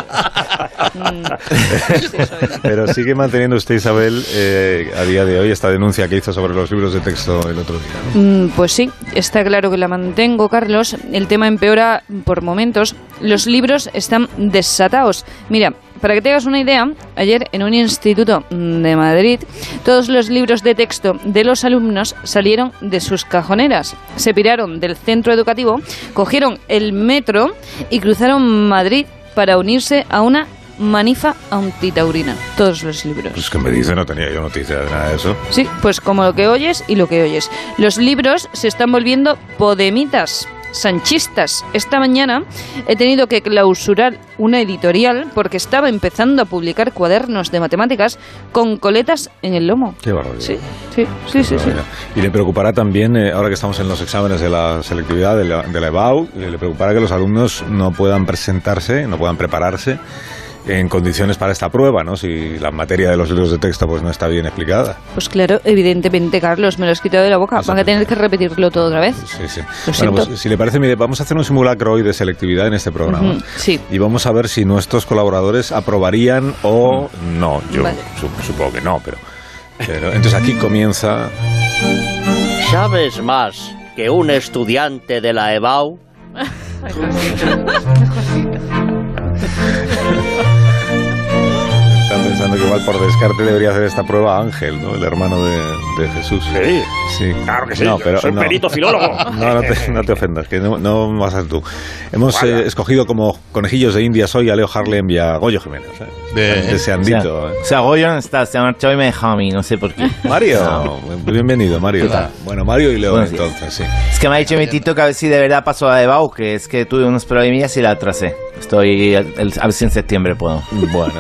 Speaker 1: Pero sigue manteniendo usted, Isabel, eh, a día de hoy esta denuncia que hizo sobre los libros de texto el otro día. ¿no?
Speaker 3: Mm, Pues sí, está claro que la mantengo, Carlos. El tema empeora por momentos. Los libros están desatados. Mira, para que te hagas una idea, ayer en un instituto mm, de Madrid, todos los libros de texto de los alumnos salieron de sus cajoneras. Se piraron del centro educativo, cogieron el metro y cruzaron Madrid para unirse a una manifa antitaurina. Todos los libros.
Speaker 1: Pues que me dice, no tenía yo noticia de nada de eso.
Speaker 3: Sí, pues como lo que oyes y lo que oyes. Los libros se están volviendo podemitas, sanchistas. Esta mañana he tenido que clausurar una editorial porque estaba empezando a publicar cuadernos de matemáticas con coletas en el lomo.
Speaker 1: Qué barbaridad.
Speaker 3: Sí, sí, sí, sí. sí.
Speaker 1: Y le preocupará también, eh, ahora que estamos en los exámenes de la selectividad de la, de la EBAU, eh, le preocupará que los alumnos no puedan presentarse, no puedan prepararse en condiciones para esta prueba, ¿no? Si la materia de los libros de texto pues no está bien explicada.
Speaker 3: Pues claro, evidentemente, Carlos, me lo has quitado de la boca. Van a tener que repetirlo todo otra vez.
Speaker 1: Sí, sí.
Speaker 3: siento.
Speaker 1: pues, si le parece, mire, vamos a hacer un simulacro hoy de selectividad en este programa.
Speaker 3: Ujú, Sí.
Speaker 1: Y vamos a ver si nuestros colaboradores aprobarían o
Speaker 11: Mm.
Speaker 1: no. Yo
Speaker 3: Vale.
Speaker 1: sup- supongo que no, pero, pero... Entonces aquí comienza...
Speaker 9: ¿Sabes más que un estudiante de la E EBAU?
Speaker 1: Están pensando que igual por descarte debería hacer esta prueba Ángel, ¿no? El hermano de, de Jesús. Sí. Claro
Speaker 11: que sí, yo soy perito filólogo.
Speaker 1: No, no te, no te ofendas, que no, no vas a ser tú. Hemos eh, escogido como conejillos de indias hoy a Leo Harlem y a Goyo Jiménez. ¿eh? Deseandito.
Speaker 7: O sea, o sea, Goyo está, se ha marchado y me ha dejado a mí, no sé por qué.
Speaker 1: ¿eh? Mario,
Speaker 7: No.
Speaker 1: bienvenido, Mario.
Speaker 7: ¿Qué tal?
Speaker 1: Bueno, Mario y Leo
Speaker 7: Buenos días.
Speaker 1: entonces, sí.
Speaker 7: Es que me ha dicho mi tito que a ver si de verdad pasó a Ebau, que es que tuve unos problemillas y la atrasé. Estoy, el- a ver si en septiembre puedo.
Speaker 1: Bueno,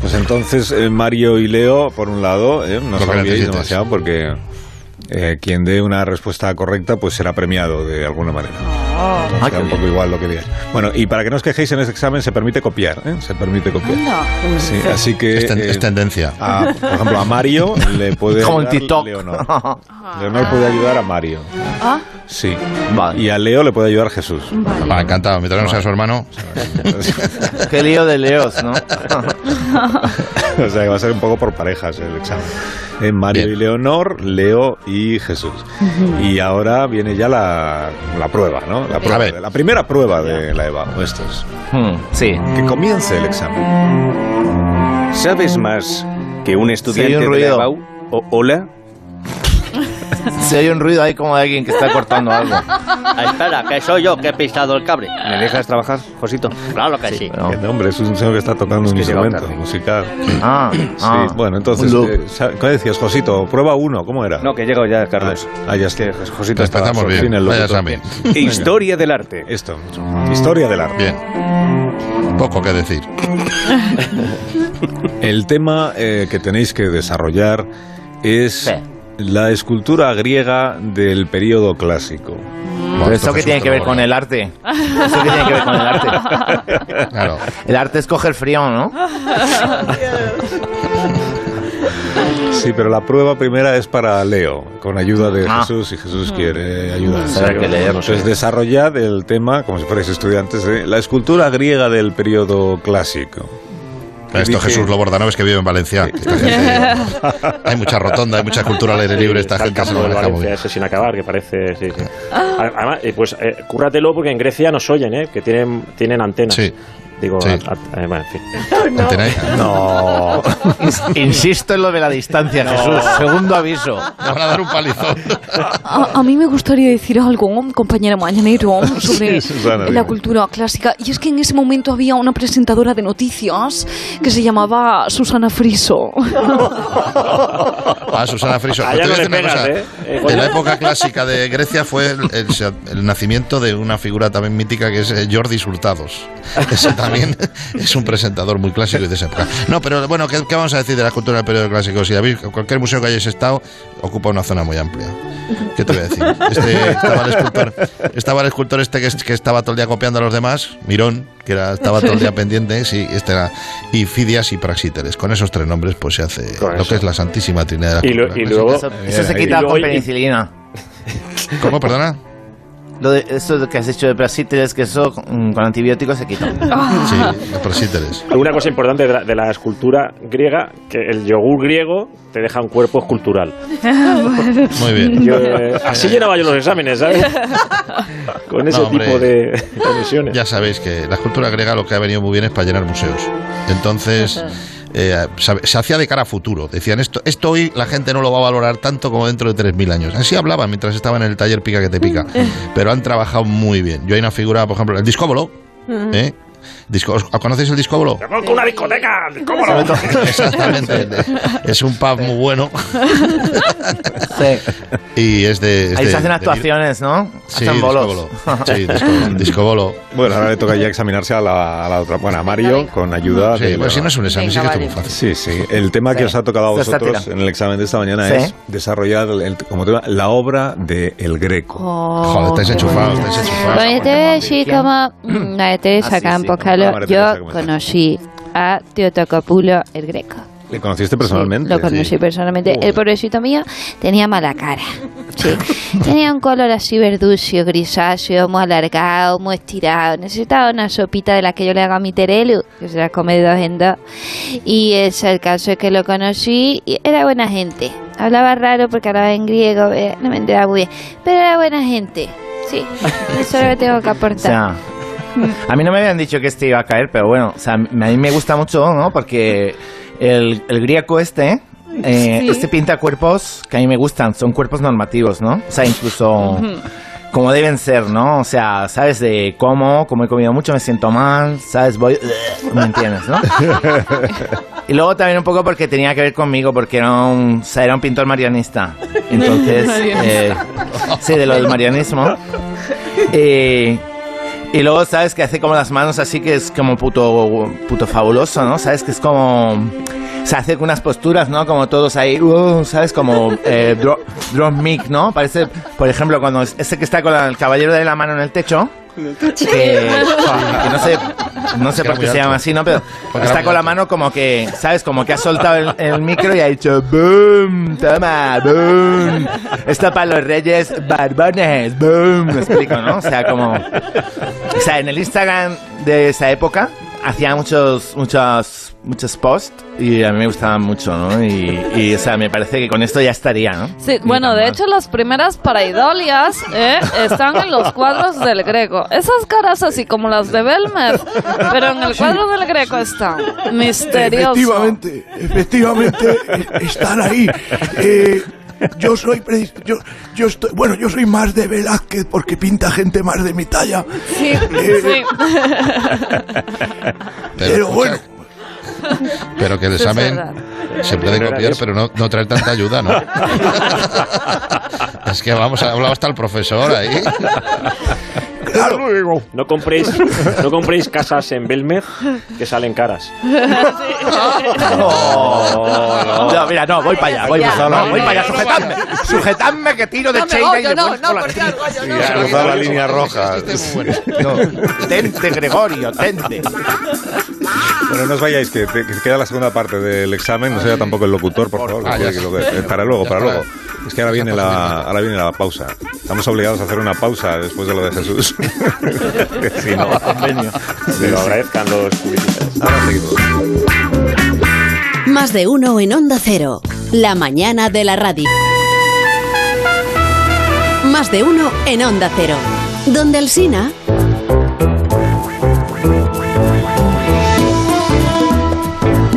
Speaker 1: pues entonces eh, Mario y Leo, por un lado, ¿eh? no
Speaker 6: Lo que
Speaker 1: sabíais
Speaker 6: necesites.
Speaker 1: demasiado porque eh, quien dé una respuesta correcta pues será premiado de alguna manera.
Speaker 7: Ah,
Speaker 1: Me da un poco igual lo que digas. Bueno, y para que no os quejéis en ese examen, se permite copiar, ¿eh? Se permite copiar. Sí, así que...
Speaker 6: Es ten- es
Speaker 1: tendencia. por ejemplo, a Mario le puede
Speaker 6: Como en
Speaker 1: ayudar
Speaker 6: TikTok.
Speaker 1: Leonor. Leonor puede ayudar a Mario.
Speaker 13: Ah.
Speaker 1: Sí. Y a Leo le puede ayudar Jesús.
Speaker 6: Ah, encantado. Mientras no sea su hermano.
Speaker 7: Qué lío de leos, ¿no?
Speaker 1: o sea que va a ser un poco por parejas el examen. Eh, Mario y Leonor, Leo y Jesús. Y ahora viene ya la, la prueba, ¿no? La, prueba, la primera prueba de la EVA, o estos.
Speaker 7: Hmm, sí.
Speaker 1: Que comience el examen.
Speaker 10: ¿Sabes más que un
Speaker 7: Sí,
Speaker 10: estudiante
Speaker 7: hay un
Speaker 10: de la
Speaker 7: ruido.
Speaker 10: EBAU? O- ¿Hola?
Speaker 7: Si hay un ruido ahí como de alguien que está cortando algo.
Speaker 9: Ah, Espera, que soy yo que he pisado el cable.
Speaker 10: ¿Me dejas trabajar, Josito?
Speaker 9: Claro que sí.
Speaker 1: Que no, hombre, es un señor que está tocando un instrumento musical.
Speaker 7: Ah,
Speaker 1: sí.
Speaker 7: ah.
Speaker 1: Bueno, entonces,
Speaker 7: Un loop.
Speaker 1: eh, sa- ¿qué decías, Josito? Prueba uno, ¿cómo era?
Speaker 10: No, que he llegado ya, Carlos.
Speaker 1: Ah, ya está.
Speaker 10: Josito
Speaker 1: Ya
Speaker 10: estaba
Speaker 1: empezamos
Speaker 10: por
Speaker 1: bien.
Speaker 10: fin el
Speaker 1: Vaya
Speaker 10: locutor.
Speaker 1: examen.
Speaker 10: Venga. Historia del arte.
Speaker 1: Esto. Historia del arte.
Speaker 6: Bien. Poco que decir.
Speaker 1: El tema eh, que tenéis que desarrollar es la escultura griega del periodo clásico.
Speaker 7: Pero esto qué tiene que ver con el arte. Eso qué tiene que ver con el arte. El arte es coger frío, ¿no?
Speaker 1: Sí, pero la prueba primera es para Leo, con ayuda de
Speaker 7: Ah.
Speaker 1: Jesús, y Jesús quiere ayudar.
Speaker 7: Habrá que leer, no sé.
Speaker 1: Entonces desarrollad el tema, como si fuerais estudiantes, de la escultura griega del periodo clásico.
Speaker 6: Esto
Speaker 1: Dije-
Speaker 6: Jesús Lobordanov es que vive en Valencia. Esta gente- hay mucha rotonda, hay mucha cultura al aire libre. Esta
Speaker 11: Está el
Speaker 6: gente se
Speaker 11: campo
Speaker 6: lo
Speaker 11: de
Speaker 6: maneja muy
Speaker 11: Valencia
Speaker 6: bien.
Speaker 11: ese sin acabar, que parece... sí, sí.
Speaker 13: Ah.
Speaker 11: Además, eh, pues eh, cúrratelo porque en Grecia nos oyen, ¿eh? Que tienen, tienen antenas. Digo, a- a- eh, bueno, en fin.
Speaker 1: No.
Speaker 7: Insisto en lo de la distancia, Jesús. Segundo aviso.
Speaker 6: van a dar un palizón.
Speaker 3: A, a mí me gustaría decir algo, compañera Mañanero, sobre
Speaker 13: Sí,
Speaker 3: la
Speaker 13: Susana, dime.
Speaker 3: cultura clásica. Y es que en ese momento había una presentadora de noticias que se llamaba Susana Friso.
Speaker 6: Ah, Susana Friso.
Speaker 11: Allá
Speaker 6: Pero te voy a decir
Speaker 11: no le
Speaker 6: una
Speaker 11: pegas,
Speaker 6: cosa.
Speaker 11: ¿eh? Eh,
Speaker 6: De
Speaker 11: coño.
Speaker 6: la época clásica de Grecia fue el, el- el nacimiento de una figura también mítica que es eh, Jordi Hurtados. Ese también es un presentador muy clásico y de esa época. No, pero bueno, ¿qué, qué vamos a decir de la cultura del periodo clásico? Si habéis, cualquier museo que hayáis estado ocupa una zona muy amplia. ¿Qué te voy a decir? Este, estaba, el escultor, estaba el escultor este que, que estaba todo el día copiando a los demás, Mirón, que era, estaba todo el día pendiente, sí, este era, y Fidias y Praxíteres. Con esos tres nombres pues se hace lo que es la Santísima Trinidad. de la
Speaker 11: Y lo-
Speaker 6: cultura
Speaker 11: y luego-
Speaker 6: clásica.
Speaker 11: Eso- eso se quita Y luego- con
Speaker 7: Penicilina.
Speaker 6: ¿Cómo, perdona?
Speaker 7: Lo de, eso que has hecho de brasíteres, que eso mm, con antibióticos se quita.
Speaker 6: Sí,
Speaker 3: Ah.
Speaker 6: brasíteres.
Speaker 11: Una cosa importante de la, de la escultura griega, que el yogur griego te deja un cuerpo escultural.
Speaker 6: Muy bien.
Speaker 11: Yo, eh, así llenaba yo los exámenes, ¿sabes? Con ese
Speaker 6: No, hombre.
Speaker 11: tipo de comisiones.
Speaker 6: Ya sabéis que la cultura griega lo que ha venido muy bien es para llenar museos. Entonces, eh, sabe- se hacía de cara a futuro. Decían, esto, esto hoy la gente no lo va a valorar tanto como dentro de 3.000 años. Así hablaban mientras estaban en el taller Pica que te pica. Pero han trabajado muy bien. Yo hay una figura, por ejemplo, el discóbolo.
Speaker 11: Mm.
Speaker 6: ¿eh? Disco- ¿os- ¿Conocéis el discóbolo?
Speaker 11: ¡Te pongo una discoteca! ¿Cómo no?
Speaker 6: Exactamente. Es un pub muy bueno. Y es de... es
Speaker 7: Ahí
Speaker 6: de-
Speaker 7: se hacen
Speaker 6: Este, de-
Speaker 7: actuaciones, ¿no?
Speaker 6: Sí,
Speaker 7: Hacen bolos.
Speaker 6: discóbolo. Sí, discóbolo. discóbolo.
Speaker 1: Bueno, ahora le toca ya examinarse a la, a la otra. Bueno, a Mario, con ayuda
Speaker 6: Sí,
Speaker 1: de.
Speaker 6: pues si no es un examen, Venga, sí que está vale. muy
Speaker 1: Sí, sí. El tema que
Speaker 6: Sí.
Speaker 1: os ha tocado a
Speaker 6: Eso está
Speaker 1: vosotros
Speaker 6: tirado.
Speaker 1: en el examen de esta mañana
Speaker 6: Sí.
Speaker 1: es desarrollar el- como tema la obra de El Greco.
Speaker 6: Joder, estáis enchufados, estáis enchufados.
Speaker 8: Bueno, yo te voy a decir como este mm, María Teresa
Speaker 1: Ah, sí, sí.
Speaker 8: Campos
Speaker 1: Ah,
Speaker 8: Carlos,
Speaker 1: María Teresa,
Speaker 8: yo
Speaker 1: ¿cómo estás?
Speaker 8: conocí a Teotocopulo el Greco.
Speaker 1: ¿Le conociste personalmente?
Speaker 8: Lo conocí personalmente. El pobrecito mío tenía mala cara. Sí. tenía un color así verducio, grisáceo, muy alargado, muy estirado. Necesitaba una sopita de la que yo le haga a mi terelu, que se la come de dos en dos. Y es el caso es que lo conocí y era buena gente. Hablaba raro porque hablaba en griego, eh, no me enteraba muy bien. Pero era buena gente. Sí, eso lo tengo que
Speaker 7: O
Speaker 8: aportar.
Speaker 7: sea, a mí no me habían dicho que este iba a caer, pero bueno, o sea, a mí me gusta mucho, ¿no? Porque el, el griego este, eh,
Speaker 13: Sí.
Speaker 7: este pinta cuerpos que a mí me gustan, son cuerpos normativos, ¿no? O sea, incluso
Speaker 13: Ujú.
Speaker 7: como deben ser, ¿no? O sea, sabes de cómo, como he comido mucho, me siento mal, sabes, voy, ¿me entiendes, no? Y luego también un poco porque tenía que ver conmigo, porque era un, o sea, era un pintor marianista. Entonces, eh, sí, de lo del marianismo. Eh, y luego sabes que hace como las manos así que es como puto, puto fabuloso, ¿no? Sabes que es como... se hace unas posturas, ¿no? Como todos ahí, uh, ¿sabes? Como eh, dro- drop mic, ¿no? Parece, por ejemplo, cuando es- ese que está con la- el caballero de la mano en el techo. Que, Eh, que no sé, no
Speaker 6: Porque Ah,
Speaker 7: sé
Speaker 6: era
Speaker 7: por qué
Speaker 6: muy
Speaker 7: se llama
Speaker 6: alto.
Speaker 7: así, ¿no? Pero
Speaker 6: Porque era
Speaker 7: está
Speaker 6: muy
Speaker 7: con la mano como que, ¿sabes? Como que ha soltado el, el micro y ha dicho ¡Boom! ¡Toma! ¡Boom! Esto para los reyes barbones. ¡Boom! Me explico, ¿no? O sea, como... O sea, en el Instagram de esa época hacía muchos, muchos, muchos posts y a mí me gustaban mucho, ¿no? Y, y, o sea, me parece que con esto ya estaría, ¿no?
Speaker 3: Sí, bueno, de hecho las primeras paraidolias ¿eh? están en los cuadros del Greco. Esas caras así como las de Belmez, pero en el cuadro del Greco están. Misterioso.
Speaker 17: Efectivamente, efectivamente eh, están ahí. Eh, yo soy pre- yo, yo estoy, bueno, yo soy más de Velázquez porque pinta gente más de mi talla.
Speaker 3: Sí,
Speaker 17: Eh, Pero bueno.
Speaker 6: Pero que el
Speaker 17: Es
Speaker 6: examen
Speaker 17: verdad.
Speaker 6: se puede
Speaker 17: Pero era
Speaker 6: copiar,
Speaker 17: eso.
Speaker 6: pero no, no traer tanta ayuda, ¿no? es que vamos, ha hablado hasta el profesor ahí.
Speaker 11: No compréis, no compréis casas en Belmez que salen caras.
Speaker 7: No, mira, no, voy para allá, voy para allá, no, voy para allá, sujetadme, sujetadme que tiro de
Speaker 13: No me
Speaker 7: cheira y
Speaker 13: voy,
Speaker 7: de
Speaker 13: no,
Speaker 7: Boris
Speaker 13: no,
Speaker 7: por la
Speaker 13: porque
Speaker 7: nariz.
Speaker 13: algo yo
Speaker 6: no. Se ha cruzado la línea roja.
Speaker 7: No, tente, Gregorio, tente.
Speaker 1: Bueno, no os vayáis, que, te- que queda la segunda parte del examen. No sea tampoco el locutor, por favor. que
Speaker 6: Ah, ya
Speaker 1: puede
Speaker 6: sé.
Speaker 1: que lo que- eh, para luego, para luego. Es que ahora viene, la, ahora viene la pausa. Estamos obligados a hacer una pausa después de lo de Jesús. sí, no.
Speaker 11: Se lo agradezcan los publicistas.
Speaker 1: Ahora seguimos.
Speaker 16: Más de uno en Onda Cero. La mañana de la radio. Más de uno en Onda Cero. Donde el Sina.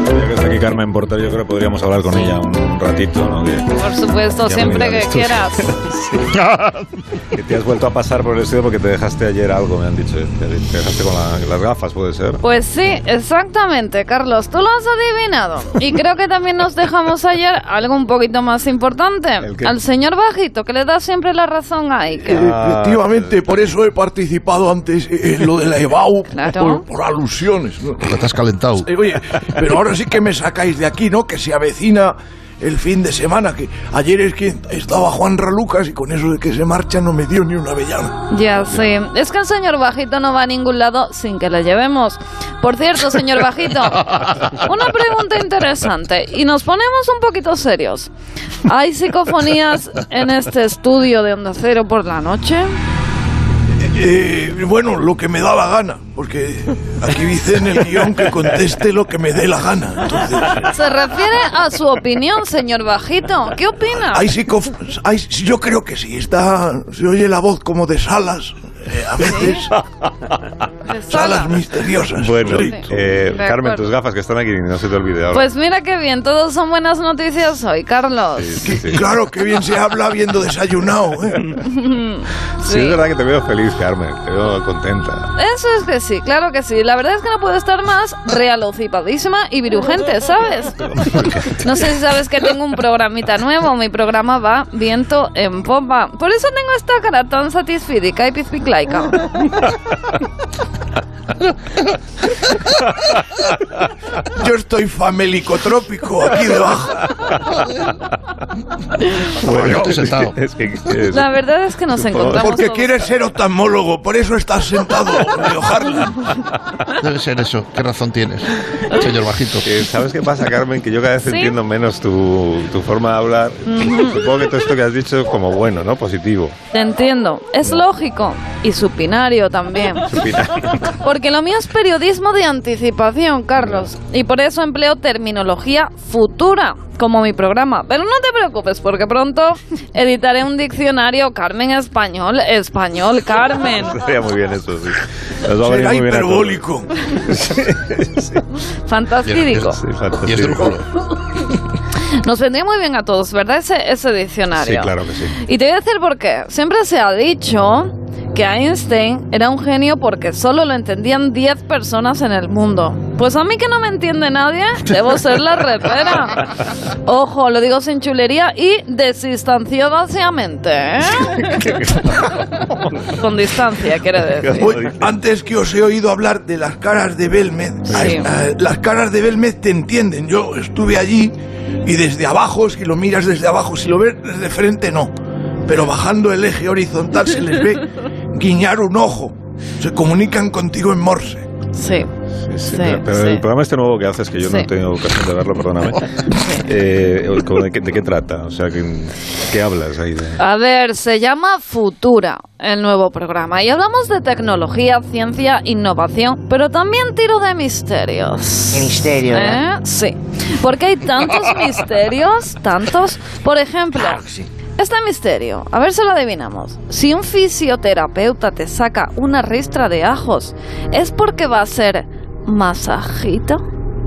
Speaker 1: Ya que está aquí Carmen Porter, yo creo que podríamos hablar con ella un, un ratito, ¿no? Que-
Speaker 3: Por supuesto,
Speaker 1: Ya me
Speaker 3: siempre que
Speaker 1: dirás tú.
Speaker 3: quieras.
Speaker 1: que te has vuelto a pasar por el estudio porque te dejaste ayer algo, me han dicho. ¿eh? Te, te dejaste con la- las gafas, puede ser.
Speaker 3: Pues sí, exactamente, Carlos, tú lo has adivinado. Y creo que también nos dejamos ayer algo un poquito más importante.
Speaker 17: qué?
Speaker 3: Al señor Bajito, que le da siempre la razón a Ike.
Speaker 17: Eh, efectivamente, por eso he participado antes en lo de la EBAU, por, por alusiones. ¿no?
Speaker 6: Te has calentado.
Speaker 17: Eh, Oye, pero ahora sí que me sacáis de aquí, ¿no? Que se avecina el fin de semana, que ayer es que estaba Juan Ralucas y con eso de que se marcha no me dio ni una avellana.
Speaker 3: Ya sé, es que el señor Bajito no va a ningún lado sin que lo llevemos. Por cierto, señor Bajito, una pregunta interesante y nos ponemos un poquito serios. ¿Hay psicofonías en este estudio de Onda Cero por la noche?
Speaker 17: Eh, bueno, lo que me daba gana, porque aquí dice en el guión que conteste lo que me dé la gana. Entonces,
Speaker 3: Se refiere a su opinión, señor Bajito. ¿Qué opina?
Speaker 17: hay psicof- hay- yo creo que sí, está, se oye la voz como de salas, eh, a veces. Salas misteriosas.
Speaker 1: Bueno,
Speaker 17: Sí.
Speaker 1: eh,
Speaker 3: De
Speaker 1: Carmen,
Speaker 3: acuerdo.
Speaker 1: tus gafas que están aquí, no se te olvide ahora.
Speaker 3: Pues mira qué bien, todos son buenas noticias hoy, Carlos.
Speaker 1: Sí, sí.
Speaker 17: Claro que bien se habla habiendo desayunado. ¿eh?
Speaker 1: Sí, es verdad que te veo feliz, Carmen. Te veo contenta.
Speaker 3: Eso es que sí, claro que sí. La verdad es que no puedo estar más realoncipadísima y virugente, ¿sabes? No sé si sabes que tengo un programita nuevo. Mi programa va viento en popa. Por eso tengo esta cara tan satisfídica y pizpiclaica.
Speaker 17: Yo estoy famelicotrópico aquí debajo.
Speaker 1: Bueno,
Speaker 17: estoy sentado.
Speaker 1: Es que, es que-
Speaker 3: La verdad es que nos encontramos.
Speaker 17: Porque
Speaker 3: todos-
Speaker 17: quieres ser oftalmólogo, por eso estás sentado, Leo Harlan.
Speaker 6: Debe ser eso. ¿Qué razón tienes, señor Bajito?
Speaker 1: Eh, ¿Sabes qué pasa, Carmen? Que yo cada vez
Speaker 6: Sí.
Speaker 1: entiendo menos tu, tu forma de hablar. Supongo que todo esto que has dicho es como bueno, ¿no? Positivo.
Speaker 3: Te entiendo, es lógico. Y supinario también. Porque lo mío es periodismo de anticipación, Carlos. Y por eso empleo terminología futura, como mi programa. Pero no te preocupes, porque pronto editaré un diccionario Carmen Español, Español Carmen.
Speaker 1: Estaría muy bien eso, sí. Nos va a venir
Speaker 17: Será
Speaker 1: muy bien a todos.
Speaker 17: hiperbólico.
Speaker 3: Fantástico.
Speaker 1: Sí, fantástico.
Speaker 3: Nos vendría muy bien a todos, ¿verdad? Ese, ese
Speaker 1: Sí,
Speaker 3: diccionario.
Speaker 1: claro que sí.
Speaker 3: Y te voy a decir por qué. Siempre se ha dicho que Einstein era un genio porque solo lo entendían 10 personas en el mundo. Pues a mí que no me entiende nadie, debo ser la repera. Ojo, lo digo sin chulería y desistanciadamente. ¿eh? Con distancia, quiero decir.
Speaker 17: Oye, antes que os he oído hablar de las caras de Belmez, a- a- las caras de Belmez te entienden. Yo estuve allí y desde abajo, si lo miras desde abajo, si lo ves desde frente, no. Pero bajando el eje horizontal se les ve guiñar un ojo. Se comunican contigo en morse.
Speaker 3: Sí.
Speaker 1: Sí,
Speaker 3: Sí,
Speaker 1: pero pero
Speaker 3: sí.
Speaker 1: el programa este nuevo que haces, que yo no
Speaker 3: Sí.
Speaker 1: he tenido ocasión de verlo, perdóname. Eh, ¿cómo- de, qué, de qué trata? O sea, ¿qué, qué hablas ahí? De...
Speaker 3: A ver, se llama Futura, el nuevo programa. Y hablamos de tecnología, ciencia, innovación, pero también tiro de misterios.
Speaker 13: Misterio,
Speaker 3: ¿Eh?
Speaker 13: ¿verdad?
Speaker 3: Sí. Porque hay tantos misterios, tantos. Por ejemplo, este misterio, a ver si lo adivinamos. Si un fisioterapeuta te saca una ristra de ajos, ¿es porque va a ser masajito?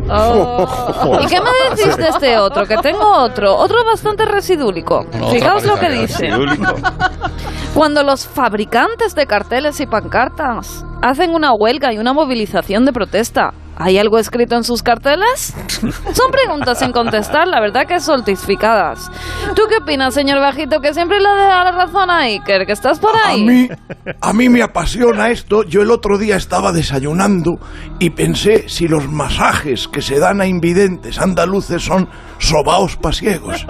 Speaker 3: ¿Y qué me decís de este otro? Que tengo otro, otro bastante residúlico. Fijaos lo que dice. Cuando los fabricantes de carteles y pancartas hacen una huelga y una movilización de protesta, ¿hay algo escrito en sus carteles? Son preguntas sin contestar, la verdad que soltificadas. ¿Tú qué opinas, señor Bajito, que siempre le da la razón a Iker, que estás por
Speaker 17: A
Speaker 3: ahí?
Speaker 17: mí, a mí me apasiona esto. Yo el otro día estaba desayunando y pensé si los masajes que se dan a invidentes andaluces son sobaos pasiegos.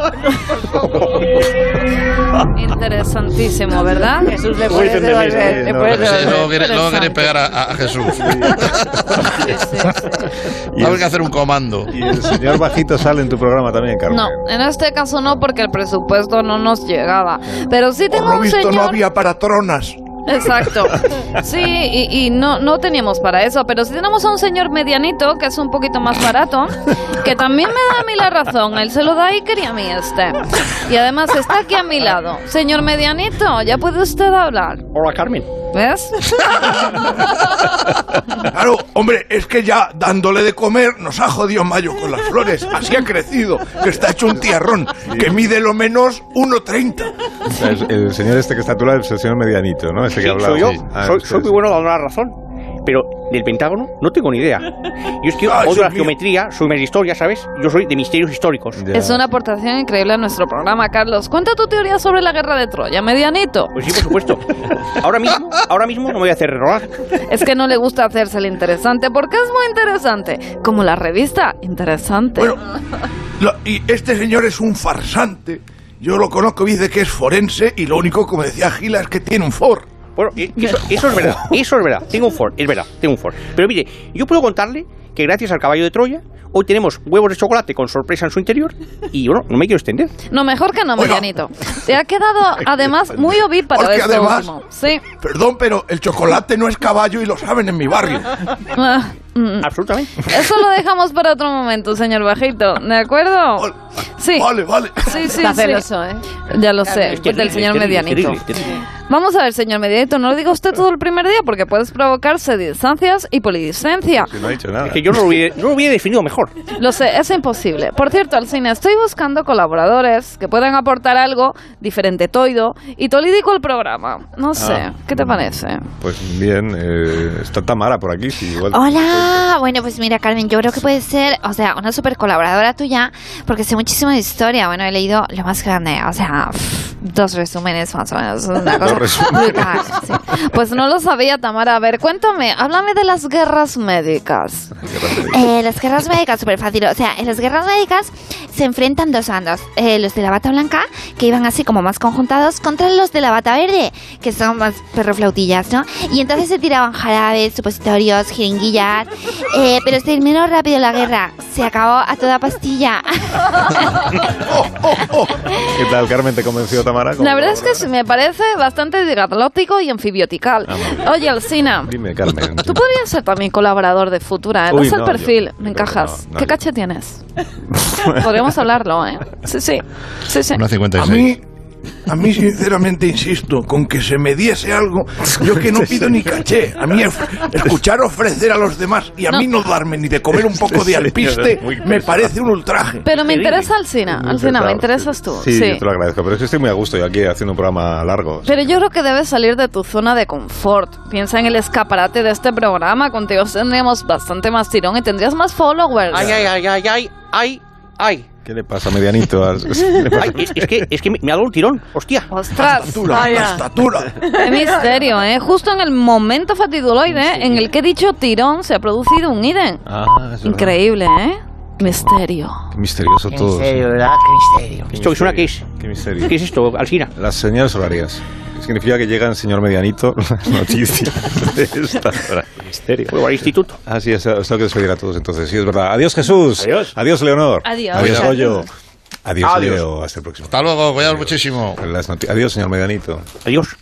Speaker 3: Interesantísimo, ¿verdad? Jesús, le
Speaker 6: puedes
Speaker 3: devolver,
Speaker 6: Sí, luego quiere- luego quiere pegar a, a Jesús. Habrá que hacer un comando.
Speaker 1: Y el señor Bajito sale en tu programa también, Carmen.
Speaker 3: No, en este caso no, porque el presupuesto no nos llegaba. Pero sí
Speaker 17: Por
Speaker 3: tengo
Speaker 17: lo
Speaker 3: un
Speaker 17: visto no
Speaker 3: señor...
Speaker 17: había para tronas.
Speaker 3: Exacto. Sí, y, y no, no teníamos para eso, pero si tenemos a un señor medianito, que es un poquito más barato, que también me da a mí la razón, él se lo da a Iker y a mí este. Y además está aquí a mi lado. Señor medianito, ya puede usted hablar.
Speaker 10: Hola, Carmen.
Speaker 3: ¿Ves?
Speaker 17: Claro, hombre, es que ya dándole de comer nos ha jodido Mayo con las flores. Así ha crecido, que está hecho un tierrón, que mide lo menos 1,30.
Speaker 1: O sea, el, el señor este que está a tu lado es el señor Medianito, ¿no? Ese que
Speaker 10: Sí,
Speaker 1: hablaba.
Speaker 10: soy yo.
Speaker 1: Ah,
Speaker 10: soy,
Speaker 1: sí,
Speaker 10: soy muy
Speaker 1: sí.
Speaker 10: bueno dando la razón. Pero del Pentágono no tengo ni idea. Yo es que
Speaker 3: Ah, eso
Speaker 10: odio la
Speaker 3: es mío.
Speaker 10: geometría, soy medio historia, ¿sabes? Yo soy de misterios históricos.
Speaker 3: Es una aportación increíble a nuestro programa, Carlos. Cuenta tu teoría sobre la guerra de Troya, medianito.
Speaker 10: Pues sí, por supuesto. Ahora mismo, ahora mismo no me voy a hacer robar.
Speaker 3: Es que no le gusta hacerse el interesante porque es muy interesante. Como la revista, interesante.
Speaker 17: Lo- y este señor es un farsante. Yo lo conozco, dice que es forense y lo único, como decía Gila, es que tiene un Oh, for.
Speaker 10: Bueno, eh, eso, eso es verdad, eso es verdad. Tengo un Ford, es verdad, tengo un Ford. Pero mire, yo puedo contarle que gracias al caballo de Troya, hoy tenemos huevos de chocolate con sorpresa en su interior y bueno, no me quiero extender.
Speaker 3: No, mejor que no, medianito. Te ha quedado además muy ovíparo
Speaker 17: Porque
Speaker 3: este
Speaker 17: además-
Speaker 3: último. Sí.
Speaker 17: Perdón, pero el chocolate no es caballo y lo saben en mi barrio.
Speaker 3: Ah,
Speaker 10: Absolutamente.
Speaker 3: Eso lo dejamos para otro momento, señor Bajito. ¿De acuerdo? Sí.
Speaker 17: Vale, vale.
Speaker 3: Sí, sí,
Speaker 13: Está
Speaker 3: sí.
Speaker 13: celoso, ¿eh?
Speaker 3: Ya lo sé,
Speaker 13: Es terrible,
Speaker 3: del señor
Speaker 13: es terrible, es
Speaker 3: medianito.
Speaker 13: terrible, es terrible.
Speaker 3: Vamos a ver, señor medianito, no lo diga usted todo el primer día porque puedes provocarse distancias y polidiscencia.
Speaker 1: Que no ha dicho nada.
Speaker 10: Es que yo no lo hubiera, no lo hubiera definido mejor.
Speaker 3: Lo sé, es imposible. Por cierto, Alcina, estoy buscando colaboradores que puedan aportar algo diferente toido y tolídico al programa. No sé,
Speaker 1: Ah.
Speaker 3: ¿qué te parece?
Speaker 1: Pues bien, eh, está Tamara por aquí, sí, igual.
Speaker 3: Ah.
Speaker 12: Hola, bueno, pues mira, Carmen, yo creo que puede ser, o sea, una super colaboradora tuya, porque sé muchísimo de historia. Bueno, he leído lo más grande, o sea, pff, dos resúmenes más o menos. es Una
Speaker 13: Dos
Speaker 12: cosa
Speaker 13: resúmenes.
Speaker 12: muy crack, sí.
Speaker 3: Pues no lo sabía, Tamara. A ver, cuéntame, háblame de las guerras médicas.
Speaker 12: Eh, las guerras médicas, súper fácil. O sea, en las guerras médicas se enfrentan dos bandos. Eh, los de la bata blanca, que iban así como más conjuntados, contra los de la bata verde, que son más perroflautillas, ¿no? Y entonces se tiraban jarabes, supositorios, jeringuillas. eh, pero se terminó rápido la guerra. Se acabó a toda pastilla.
Speaker 1: ¿Qué tal, Carmen? ¿Te convenció Tamara? ¿Cómo
Speaker 3: La verdad
Speaker 1: lo-
Speaker 3: es que sí, me parece bastante digalótico y anfibiotical.
Speaker 1: Ah, muy bien.
Speaker 3: Oye, Alcina,
Speaker 1: Dime, Carmen.
Speaker 3: tú podrías ser también colaborador de Futura, ¿eh?
Speaker 1: Uy,
Speaker 3: Das el
Speaker 1: no,
Speaker 3: perfil,
Speaker 1: yo-
Speaker 3: me
Speaker 1: yo creo que
Speaker 3: encajas.
Speaker 1: no, no,
Speaker 3: ¿Qué
Speaker 1: yo-
Speaker 3: caché tienes? Podríamos hablarlo, ¿eh? Sí, sí. sí, sí.
Speaker 6: Una
Speaker 17: A mí, A mí, sinceramente, insisto, con que se me diese algo, yo que no pido ni caché. A mí, of- escuchar ofrecer a los demás y a mí no darme ni de comer un poco
Speaker 1: Este
Speaker 17: de
Speaker 1: señor
Speaker 17: alpiste
Speaker 1: es muy
Speaker 17: me
Speaker 1: pesado.
Speaker 17: parece un ultraje.
Speaker 3: Pero me interesa Alcina, Alcina, me
Speaker 1: pesado.
Speaker 3: interesas tú.
Speaker 1: Sí,
Speaker 3: sí.
Speaker 1: yo te lo agradezco, pero es que estoy muy a gusto yo aquí haciendo un programa largo.
Speaker 3: Pero yo creo que debes salir de tu zona de confort. Piensa en el escaparate de este programa. Contigo tendríamos bastante más tirón y tendrías más followers.
Speaker 10: Ay, ay, ay, ay, ay, ay, ay.
Speaker 1: ¿Qué le pasa, medianito? Le pasa-
Speaker 10: Ay, es, es que, es que me, me ha dado un tirón, hostia.
Speaker 3: ¡Ostras! Vaya.
Speaker 17: estatura.
Speaker 3: Qué misterio, ¿eh? Justo en el momento fatiduloide en el que dicho tirón se ha producido un idem.
Speaker 1: Ah, es verdad.
Speaker 3: Increíble, ¿eh? Misterio.
Speaker 1: Qué misterioso todo.
Speaker 7: misterio, ¿verdad? Qué misterio.
Speaker 1: Esto es una Kiss. Qué misterio.
Speaker 10: ¿Qué es esto, Alcina?
Speaker 1: Las señales horarias. Significa que llegan, señor Medianito, las noticias de esta hora. Misterio.
Speaker 10: Vuelvo al instituto.
Speaker 1: Así es, es lo que despedir a todos entonces. Sí, es verdad. Adiós, Jesús. Adiós. Adiós, Leonor.
Speaker 6: Adiós.
Speaker 1: Adiós,
Speaker 6: Adiós.
Speaker 1: Goyo. Adiós,
Speaker 6: Adiós.
Speaker 1: Leo. Hasta el próximo. Hasta luego, cuidaos muchísimo. Adiós, señor Medianito.
Speaker 10: Adiós.